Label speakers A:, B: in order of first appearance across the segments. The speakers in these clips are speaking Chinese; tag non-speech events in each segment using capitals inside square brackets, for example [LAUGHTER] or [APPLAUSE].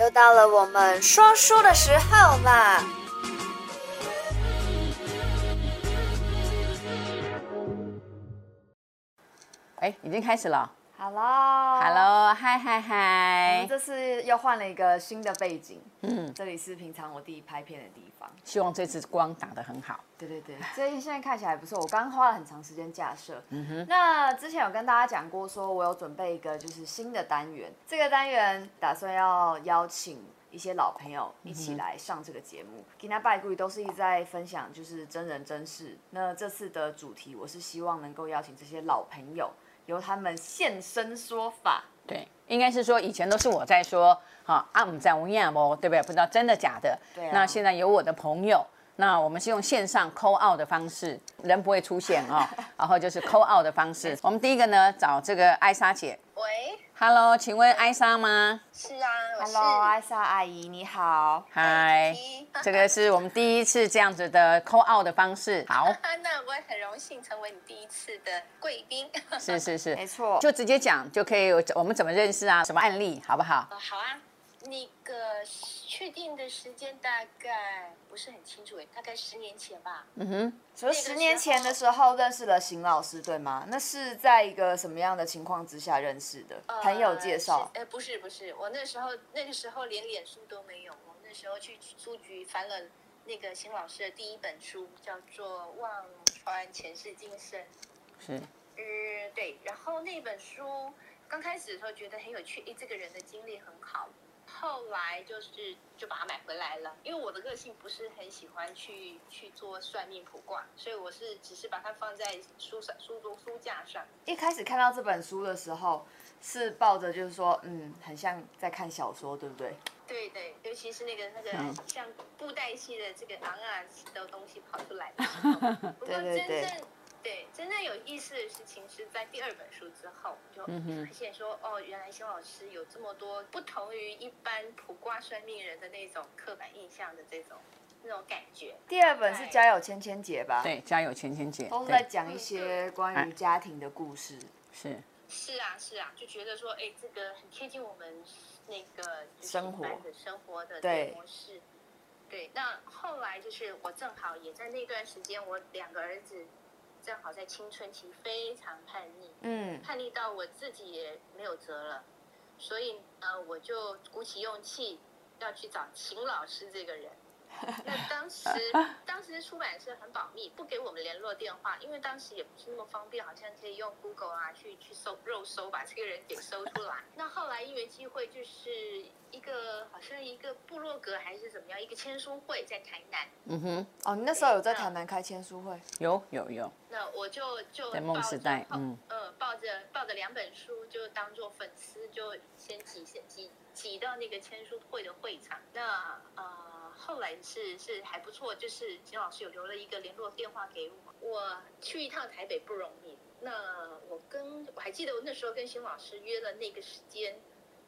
A: 又到了我们说书的时候啦！
B: 哎，已经开始了。
A: 好喽
B: Hello，嗨嗨
C: 我们
B: 嗨！
C: 哦嗯这次又换了一个新的背景，嗯，这里是平常我弟拍片的地方。
B: 希望这次光打得很好。
C: 对对 [LAUGHS] 对，这现在看起来还不错。我刚刚花了很长时间架设。嗯哼。那之前有跟大家讲过，说我有准备一个就是新的单元，这个单元打算要邀请一些老朋友一起来上这个节目。给大家拜故都是一直在分享就是真人真事。那这次的主题，我是希望能够邀请这些老朋友，由他们现身说法。
B: 对，应该是说以前都是我在说，啊，阿姆在乌亚哦，对不对？不知道真的假的。
C: 对啊
B: 那现在有我的朋友，那我们是用线上 call out 的方式，人不会出现
C: [LAUGHS]
B: 哦，然后就是 call out 的方式。我们第一个呢，找这个艾莎姐。
D: 喂，
B: Hello，请问艾莎吗？
D: 是啊，我是
C: Hello，艾莎阿姨，你好。哎
B: 嗨，这个是我们第一次这样子的 call out 的方式。好，
D: [LAUGHS] 那我也很荣幸成为你第一次的贵宾。 [LAUGHS]
B: 是是是，
C: 没错，
B: 就直接讲就可以有，我们怎么认识啊？什么案例，好不好？
D: 哦，好啊。那个确定的时间大概不是很清楚诶，大概十年前吧。
B: 嗯哼，
C: 所以十年前的时候认识了邢老师，对吗？那是在一个什么样的情况之下认识的？
D: 呃
C: 朋友介绍，
D: 是呃，不是不是，我那时候那个时候连脸书都没有，我那时候去书局翻了那个邢老师的第一本书，叫做《忘川前世今生》。
B: 是
D: 嗯，对。然后那本书刚开始的时候觉得很有趣，诶，这个人的经历很好。后来就是就把它买回来了，因为我的个性不是很喜欢去去做算命卜卦，所以我是只是把它放在书上书桌书架上。
C: 一开始看到这本书的时候，是抱着就是说，嗯，很像在看小说，对不对？
D: 对对，尤其是那个那个
B: 嗯
D: 像布袋戏的这个昂啊的东西跑出来的时候，不过
C: 对对
D: 真
C: 对
D: 正对真正有意思的事情是在第二本书之后，就
B: 嗯哼
D: 发现说、哦，原来邢老师有这么多不同于一般卜卦算命人的那种刻板印象的这种那种感觉。
C: 第二本是《家有千千结》吧？，
B: 对，家有千千姐，
C: 都是在
B: 对，
C: 讲一些关于家庭的故事。
B: 是
D: 是啊是啊，就觉得说哎，这个很贴近我们那个就是
C: 生活
D: 一般的生活的
C: 对
D: 模式。对，那后来就是我正好也在那段时间，我两个儿子正好在青春期非常叛逆，
C: 嗯，
D: 叛逆到我自己也没有辙了，所以呃，我就鼓起勇气要去找秦老师这个人。那当时，当时出版社很保密，不给我们联络电话，因为当时也不是那么方便，好像可以用 Google 啊去去搜肉搜把这个人给搜出来。那后来因缘机会，就是一个好像一个部落格还是怎么样，一个签书会在台南，
B: 嗯哼，
C: 哦，你那时候有在台南开签书会，
B: 有有有，
D: 那我就就
B: 在梦时代
D: 抱着
B: 嗯
D: 呃，抱着抱着两本书，就当做粉丝，就先挤先挤挤到那个签书会的会场。那呃，后来是是还不错，就是金老师有留了一个联络电话给我。我去一趟台北不容易，那我跟我还记得我那时候跟邢老师约了那个时间，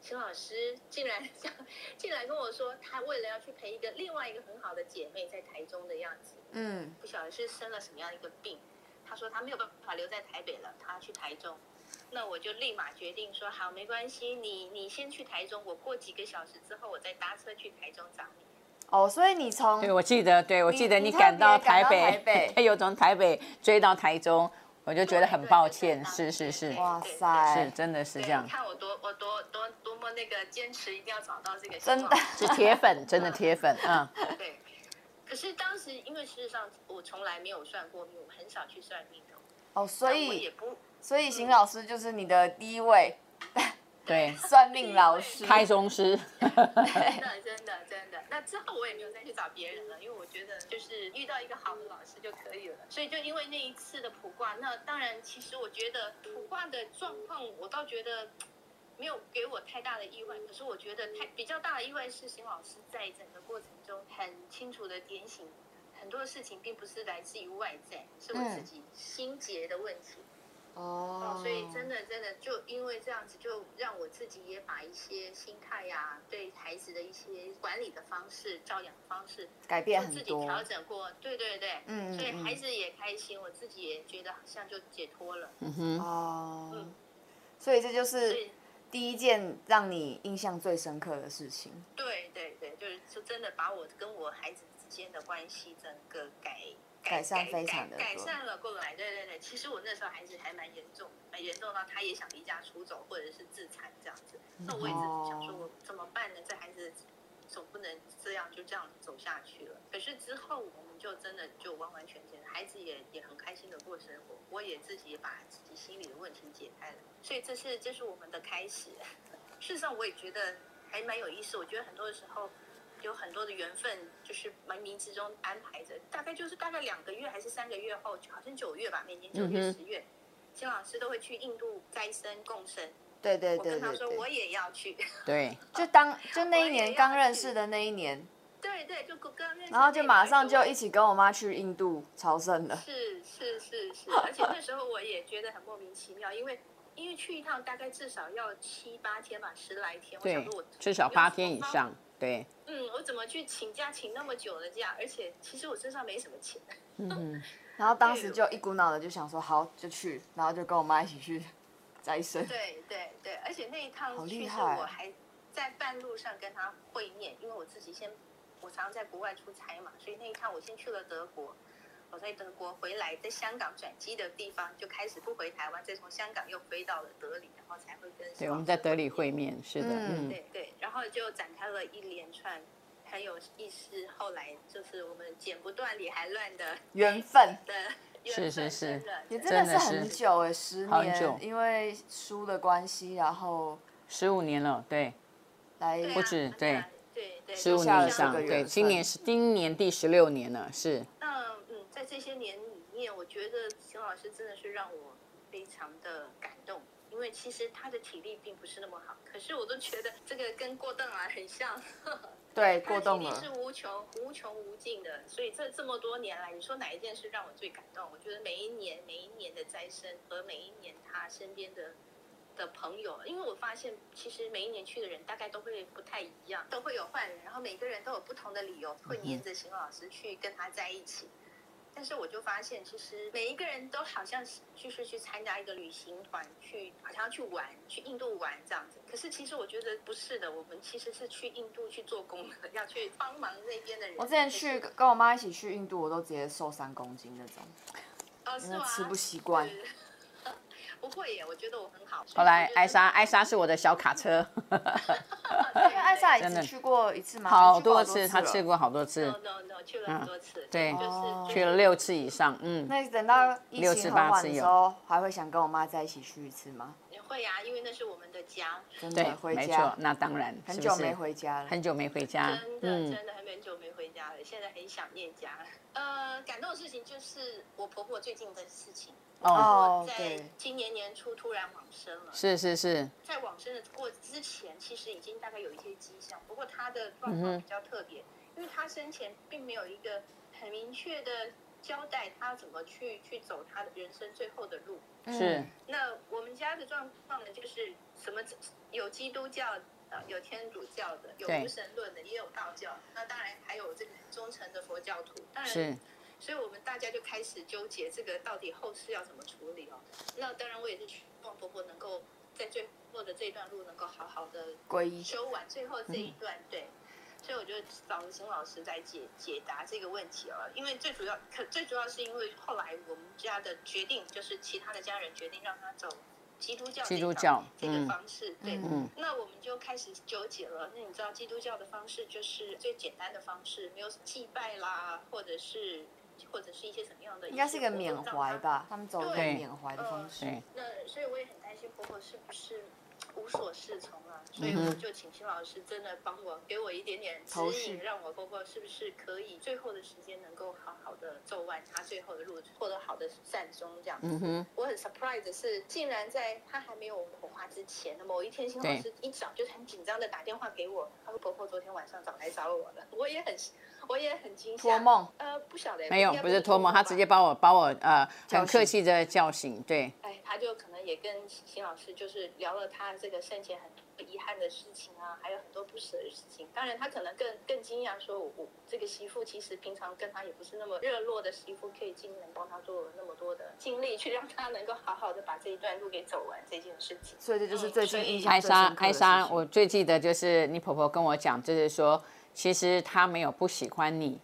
D: 邢老师竟然 [LAUGHS] 竟然跟我说，他为了要去陪一个另外一个很好的姐妹在台中的样子。
C: 嗯，
D: 不晓得是生了什么样一个病。他说他没有办法留在台北了，他要去台中。那我就立马决定说，好，没关系，你你先去台中，我过几个小时之后，我再搭车去台中找你。
C: 哦，所以你从
B: 对我记得，对我
C: 你
B: 记得你
C: 你特
B: 赶到
C: 别赶
B: 台
C: 到台
B: 北
C: 北，
B: [LAUGHS] 哎，有从台北追到台中，我就觉得很抱歉，
D: 对
B: 是
D: 对对
B: 是是
D: 对
C: 哇
D: 对对
C: 塞
B: 是，真的是
D: 对
B: 这样
D: 你，看我多我多多多么那个坚持，一定要找到这个
C: 真
D: 希
C: 的
D: 望。
B: 是铁粉， [LAUGHS] 真的铁粉，嗯，
D: 对，可是当时因为事实上我从来没有算过命，我很少去算命的，
C: 哦，所
D: 那我也
C: 以
D: 不
C: 所以邢老师就是你的第一位
B: 对，
C: 算命老师，
B: 开宗师， [LAUGHS]
D: 真的，真的，真的。那之后我也没有再去找别人了，因为我觉得就是遇到一个好的老师就可以了。所以就因为那一次的卜卦，那当然，其实我觉得卜卦的状况，我倒觉得没有给我太大的意外。可是我觉得太比较大的意外是邢老师在整个过程中很清楚的点醒，很多事情并不是来自于外在，是我自己心结的问题。
C: 哦
D: 哦，所以真的真的就因为这样子，就让我自己也把一些心态呀、对孩子的一些管理的方式、照养方式，
C: 改
D: 就
C: 变很
D: 自己
C: 多，
D: 调整过。对对对，
C: 嗯嗯
D: 所以
C: 嗯
D: 孩子也开心，我自己也觉得好像就解脱了。
B: 嗯哼，
C: 哦
D: 嗯，
C: 所以这就
D: 所
C: 是
D: 以
C: 第一件让你印象最深刻的事情？
D: 对对对，就是就真的把我跟我孩子之间的关系整个改
C: 改善非常地
D: 改改
C: 多
D: 善了过来。对对对，其实我那时候孩子还蛮严重，蛮严重到他也想离家出走或者是自残这样子。那我一直
C: 嗯
D: 想说，我怎么办呢？这孩子总不能这样就这样走下去了。可是之后我们就真的就完完全全，孩子也也很开心的过生活，我也自己也把自己心里的问题解开了。所以这是这是我们的开始。事实上，我也觉得还蛮有意思。我觉得很多的时候有很多的缘分，就是冥冥之中安排着。大概就是大概两个月还是三个月后，好像九月吧，每年九月、
B: 嗯哼
D: 十月，金老师都会去印度斋生共生。
C: 对对
D: 我
C: 对
D: 跟他
C: 对
D: 说
C: 对，
D: 我也要去， [LAUGHS]
B: 对，
C: 就当就那一
D: 我也
C: 年
D: 要
C: 刚认
D: 去
C: 识的那一年，
D: 对对，就刚认识那一年，
C: 然后就马上就一起跟我妈去印度朝圣了。
D: 是是是是，而且那时候我也觉得很莫名其妙，因为因为去一趟大概至少要七八天吧，十来天。我想
B: 对
D: 说我，
B: 至少八天以
D: 有什么方
B: 上，对，
D: 嗯，我怎么去请假请那么久的假？而且其实我身上没什么钱。
B: 嗯，
C: 然后当时就一股脑的就想说好就去，然后就跟我妈一起去摘生。
D: 对对对，而且那一
C: 好
D: 趟
C: 厉
D: 去是
C: 害
D: 我还在半路上跟他会面，因为我自己先我常常在国外出差嘛，所以那一趟我先去了德国。我在德国回来，在香港转机的地方就开始不回台湾，再从香港又飞到了德里，然后才会跟
B: 对，
D: 老
B: 我们在
D: 师
B: 德里
D: 面
B: 会面，是的，
C: 嗯
B: 嗯，
D: 对对，然后就展开了一连串很有意思，后来就是我们剪不断理还乱的
C: 缘分
D: 的缘
B: 是
D: 分，
B: 是是
D: 真的
C: 也
D: 真
C: 真的
B: 真
D: 的
C: 是
B: 的
C: 很
B: 是
C: 久哎、十
B: 好
C: 年
B: 久，
C: 因为书的关系，然后
B: 十五年了，对，
C: 来
D: 对啊
B: 不止
D: 对
B: 对
D: 啊对对，
B: 十五
D: 就
C: 下
B: 年
C: 了
B: 以
D: 像
B: 上，
C: 这个
B: 对，
C: 缘
B: 今
C: 分
B: 年是今年第十六年了，是，
D: 那嗯，在这些年里面，我觉得邢老师真的是让我非常的感动，因为其实他的体力并不是那么好，可是我都觉得这个跟过邓啊很像，
C: 对
D: 他
C: 过
D: 的
C: 冬
D: 体力
C: 了。
D: 是无穷无穷无尽的，所以这这么多年来，你说哪一件事让我最感动？我觉得每一年每一年的再生和每一年他身边的的朋友，因为我发现其实每一年去的人大概都会不太一样，都会有换人，然后每个人都有不同的理由会黏着邢老师去跟他在一起。但是我就发现，其实每一个人都好像是就是去参加一个旅行团，去好像要去玩，去印度玩这样子。可是其实我觉得不是的，我们其实是去印度去做工的，要去帮忙那边的人。
C: 我之前去
D: 就是
C: 跟我妈一起去印度，我都直接瘦三公斤那种，
D: 哦，
C: 真
D: 是
C: 的
D: 吗？
C: 吃不习惯。
D: 是。不会耶，我觉得我很好。
B: 后来艾莎，艾
D: 爱
B: 莎是我的小卡车，
C: [LAUGHS] 因为艾莎也
B: 真的
C: 只去过一次嘛，
B: 好
C: 你去过
B: 多
C: 好次，
B: 次，她吃。过好多次
D: no，no no，去了很多次，
B: 对
D: 就是
B: 去了六次以上，嗯，
C: 那等到疫
B: 六次
C: 情
B: 八
C: 缓和
B: 次
C: 的
B: 有
C: 时候，还会想跟我妈在一起去一次吗？
D: 也会呀，因为那是我们的家，
C: 真
B: 对
C: 的，回
B: 没错
C: 家，，
B: 那当然，
C: 很
B: 是
C: 久
B: 不
C: 没
B: 是？
C: 回家了。
B: 很久没回家，
D: 真的
B: 嗯，
D: 真的很久没回家了，现在很想念家。呃，感动的事情就是我婆婆最近的事情，
B: 哦，
C: 哦
D: 在
C: 对
D: 今年年初突然往生了。
B: 是是是，
D: 在往生的过之前，其实已经大概有一些迹象，不过他的状况
B: 嗯哼
D: 比较特别，因为他生前并没有一个很明确的交代他怎么去去走他的人生最后的路。
C: 嗯
B: 是
D: 那我们家的状况呢，就是什么有基督教呃，有天主教的，有
B: 对
D: 无神论的，也有道教，那当然还有这个忠诚的佛教徒。当然，
B: 是，
D: 所以我们大家就开始纠结这个到底后事要怎么处理哦。那当然，我也是希望婆婆能够在最后的这一段路能够好好的
C: 皈依。
D: 修完最后这
C: 嗯
D: 一段，对。所以我就找了邢老师来解解答这个问题哦，因为最主要可最主要是因为后来我们家的决定就是其他的家人决定让他走基督教这
B: 基
D: 一
B: 督
D: 条
B: 教
D: 这个
B: 嗯
D: 方式，对，
B: 嗯
D: 那我们就开始纠结了。那你知道基督教的方式就是最简单的方式，没有什么祭拜啦，或者是或者是一些什么样的，
C: 应该是一个缅怀。吧，他们走一个
B: 对
C: 缅怀的方式。
B: 对，
D: 那所以我也很担心婆婆是不是无所适从啊，所
B: 嗯
D: 以我就请辛老师真的帮我给我一点点指
C: 头绪
D: 引，让我婆婆是不是可以最后的时间能够好好的走完她最后的路，获得好的善终这样子。
B: 嗯哼，
D: 我很 surprise 的是，竟然在她还没有火化之前的某一天，辛老师一早就是很紧张的打电话给我，她说婆婆昨天晚上早来找我了，我也很我也很惊吓。
C: 托？梦，
D: 呃，不晓得。
B: 没有
D: 应，该
B: 不是托梦，
D: 吧
B: 他直接把我把我呃
C: 叫
B: 很客
C: 醒
B: 气的叫醒，对，
D: 哎，他就可能也跟邢老师就是聊了他这个生前很遗憾的事情啊，还有很多不舍的事情。当然，他可能更更惊讶说，我我这个媳妇其实平常跟他也不是那么热络的媳妇，可以尽能帮他做了那么多的尽力，去让他能够好好的把这一段路给走完这件事情。嗯
C: 所以这就是最近印象
B: 艾
C: 最
B: 莎
C: 深，刻的
B: 艾
C: 事情
B: 莎，我最记得就是你婆婆跟我讲，就是说，其实她没有不喜欢你，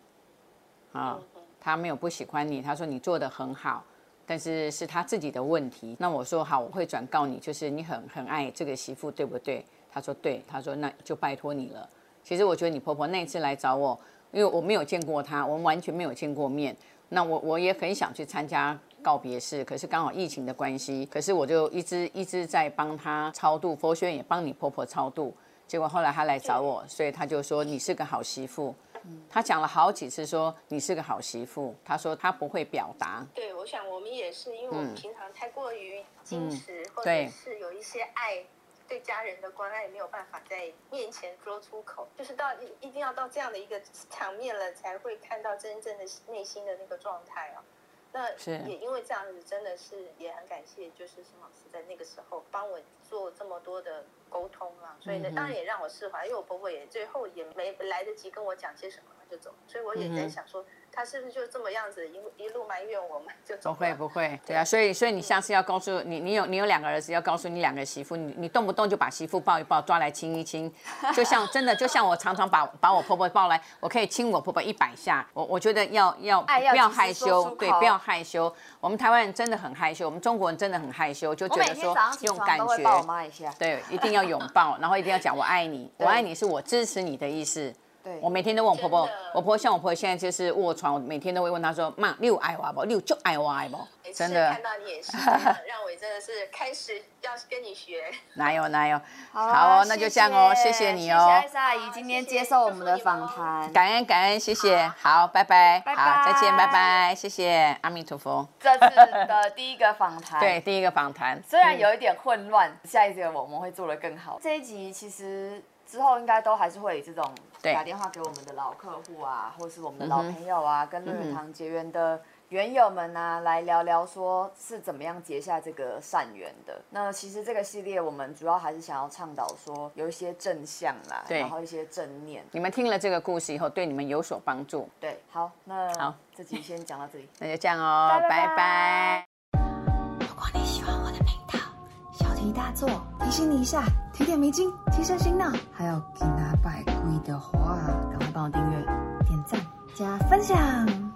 B: 啊、
D: 嗯嗯
B: 她没有不喜欢你，她说你做的很好，但是是她自己的问题。那我说好，我会转告你，就是你很很爱这个媳妇，对不对？她说对，她说那就拜托你了。其实我觉得你婆婆那一次来找我，因为我没有见过她，我们完全没有见过面。那我我也很想去参加告别式，可是刚好疫情的关系，可是我就一直一直在帮她超度，佛学院也帮你婆婆超度。结果后来她来找我，所以她就说你是个好媳妇。她讲了好几次说你是个好媳妇，她说她不会表达，
D: 对，我想我们也是，因为我们
B: 嗯
D: 平常太过于矜持，或
B: 对
D: 者是有一些爱。对家人的关爱没有办法在面前说出口，就是到一一定要到这样的一个场面了，才会看到真正的内心的那个状态啊。那
B: 是
D: 也因为这样子，真的是也很感谢，就是沈老师在那个时候帮我做这么多的沟通啊，所以呢
B: 嗯，哼
D: 当然也让我释怀，因为我婆婆也最后也没来得及跟我讲些什么，她就走了，所以我也
B: 嗯
D: 在
B: 哼
D: 想说，她是不是就这么样子一路一路埋怨我们就走
B: 不
D: 了？
B: 哦会不会，对啊，所以所以你下次要告诉你，你有你有两个儿子，要告诉你两个媳妇，你你动不动就把媳妇抱一抱，抓来亲一亲，就像真的就像我常常把把我婆婆抱来，我可以亲我婆婆一百下，我我觉得要要
C: 爱要
B: 不要
C: 及时
B: 害
C: 说
B: 羞
C: 出，
B: 对，
C: 口
B: 不要害羞，我们台湾人真的很害羞，我们中国人真的很害羞，就
C: 我
B: 觉
C: 每
B: 得
C: 天
B: 说
C: 早上起
B: 用
C: 床
B: 感
C: 都会抱我
B: 觉。
C: 妈一下，
B: 对，一定要拥抱，然后一定要讲“我爱你”，我
C: 对
B: 爱你是我支持你的意思。
C: 对，
B: 我每天都问我婆婆，
D: 真的
B: 我婆婆像我婆婆现在就是卧床，我每天都会问她说：“妈，你有爱我啊不？你有就爱我爱不？”
D: 每次
B: 真的
D: 看到你也是，真
B: [LAUGHS]
D: 的让我真的是开始要跟你学。
B: 哪有哪有，
C: 好
B: 哦好
C: 啊
B: 哦那就这样哦谢谢你哦
C: 谢谢艾莎阿姨今天接受我们的访谈，
B: 感恩感恩，谢谢，好，拜拜，
C: 拜
B: 好，再见，
C: 拜
B: 拜拜，谢谢，阿弥陀佛。
C: 这次的第一个访谈，
B: 对，，第一个访谈，嗯
C: 虽然有一点混乱，下一集我们会做得更好。这一集其实之后应该都还是会以这种
B: 对
C: 打电话给我们的老客户啊，或是我们的老朋友
B: 嗯
C: 啊，跟任月堂结缘的。缘友们啊，来聊聊说是怎么样结下这个善缘的。那其实这个系列我们主要还是想要倡导说有一些正向啦，
B: 对
C: 然后一些正念。
B: 你们听了这个故事以后，对你们有所帮助，
C: 对，好，那
B: 好
C: 这集先讲到这里。
B: 那就这样哦，
C: 拜拜
B: 拜拜
E: 如果你喜欢我的频道，小题大做提醒你一下，提点迷津，提升醒脑。还有给拿百贵的话，赶快帮我订阅、点赞、加分享。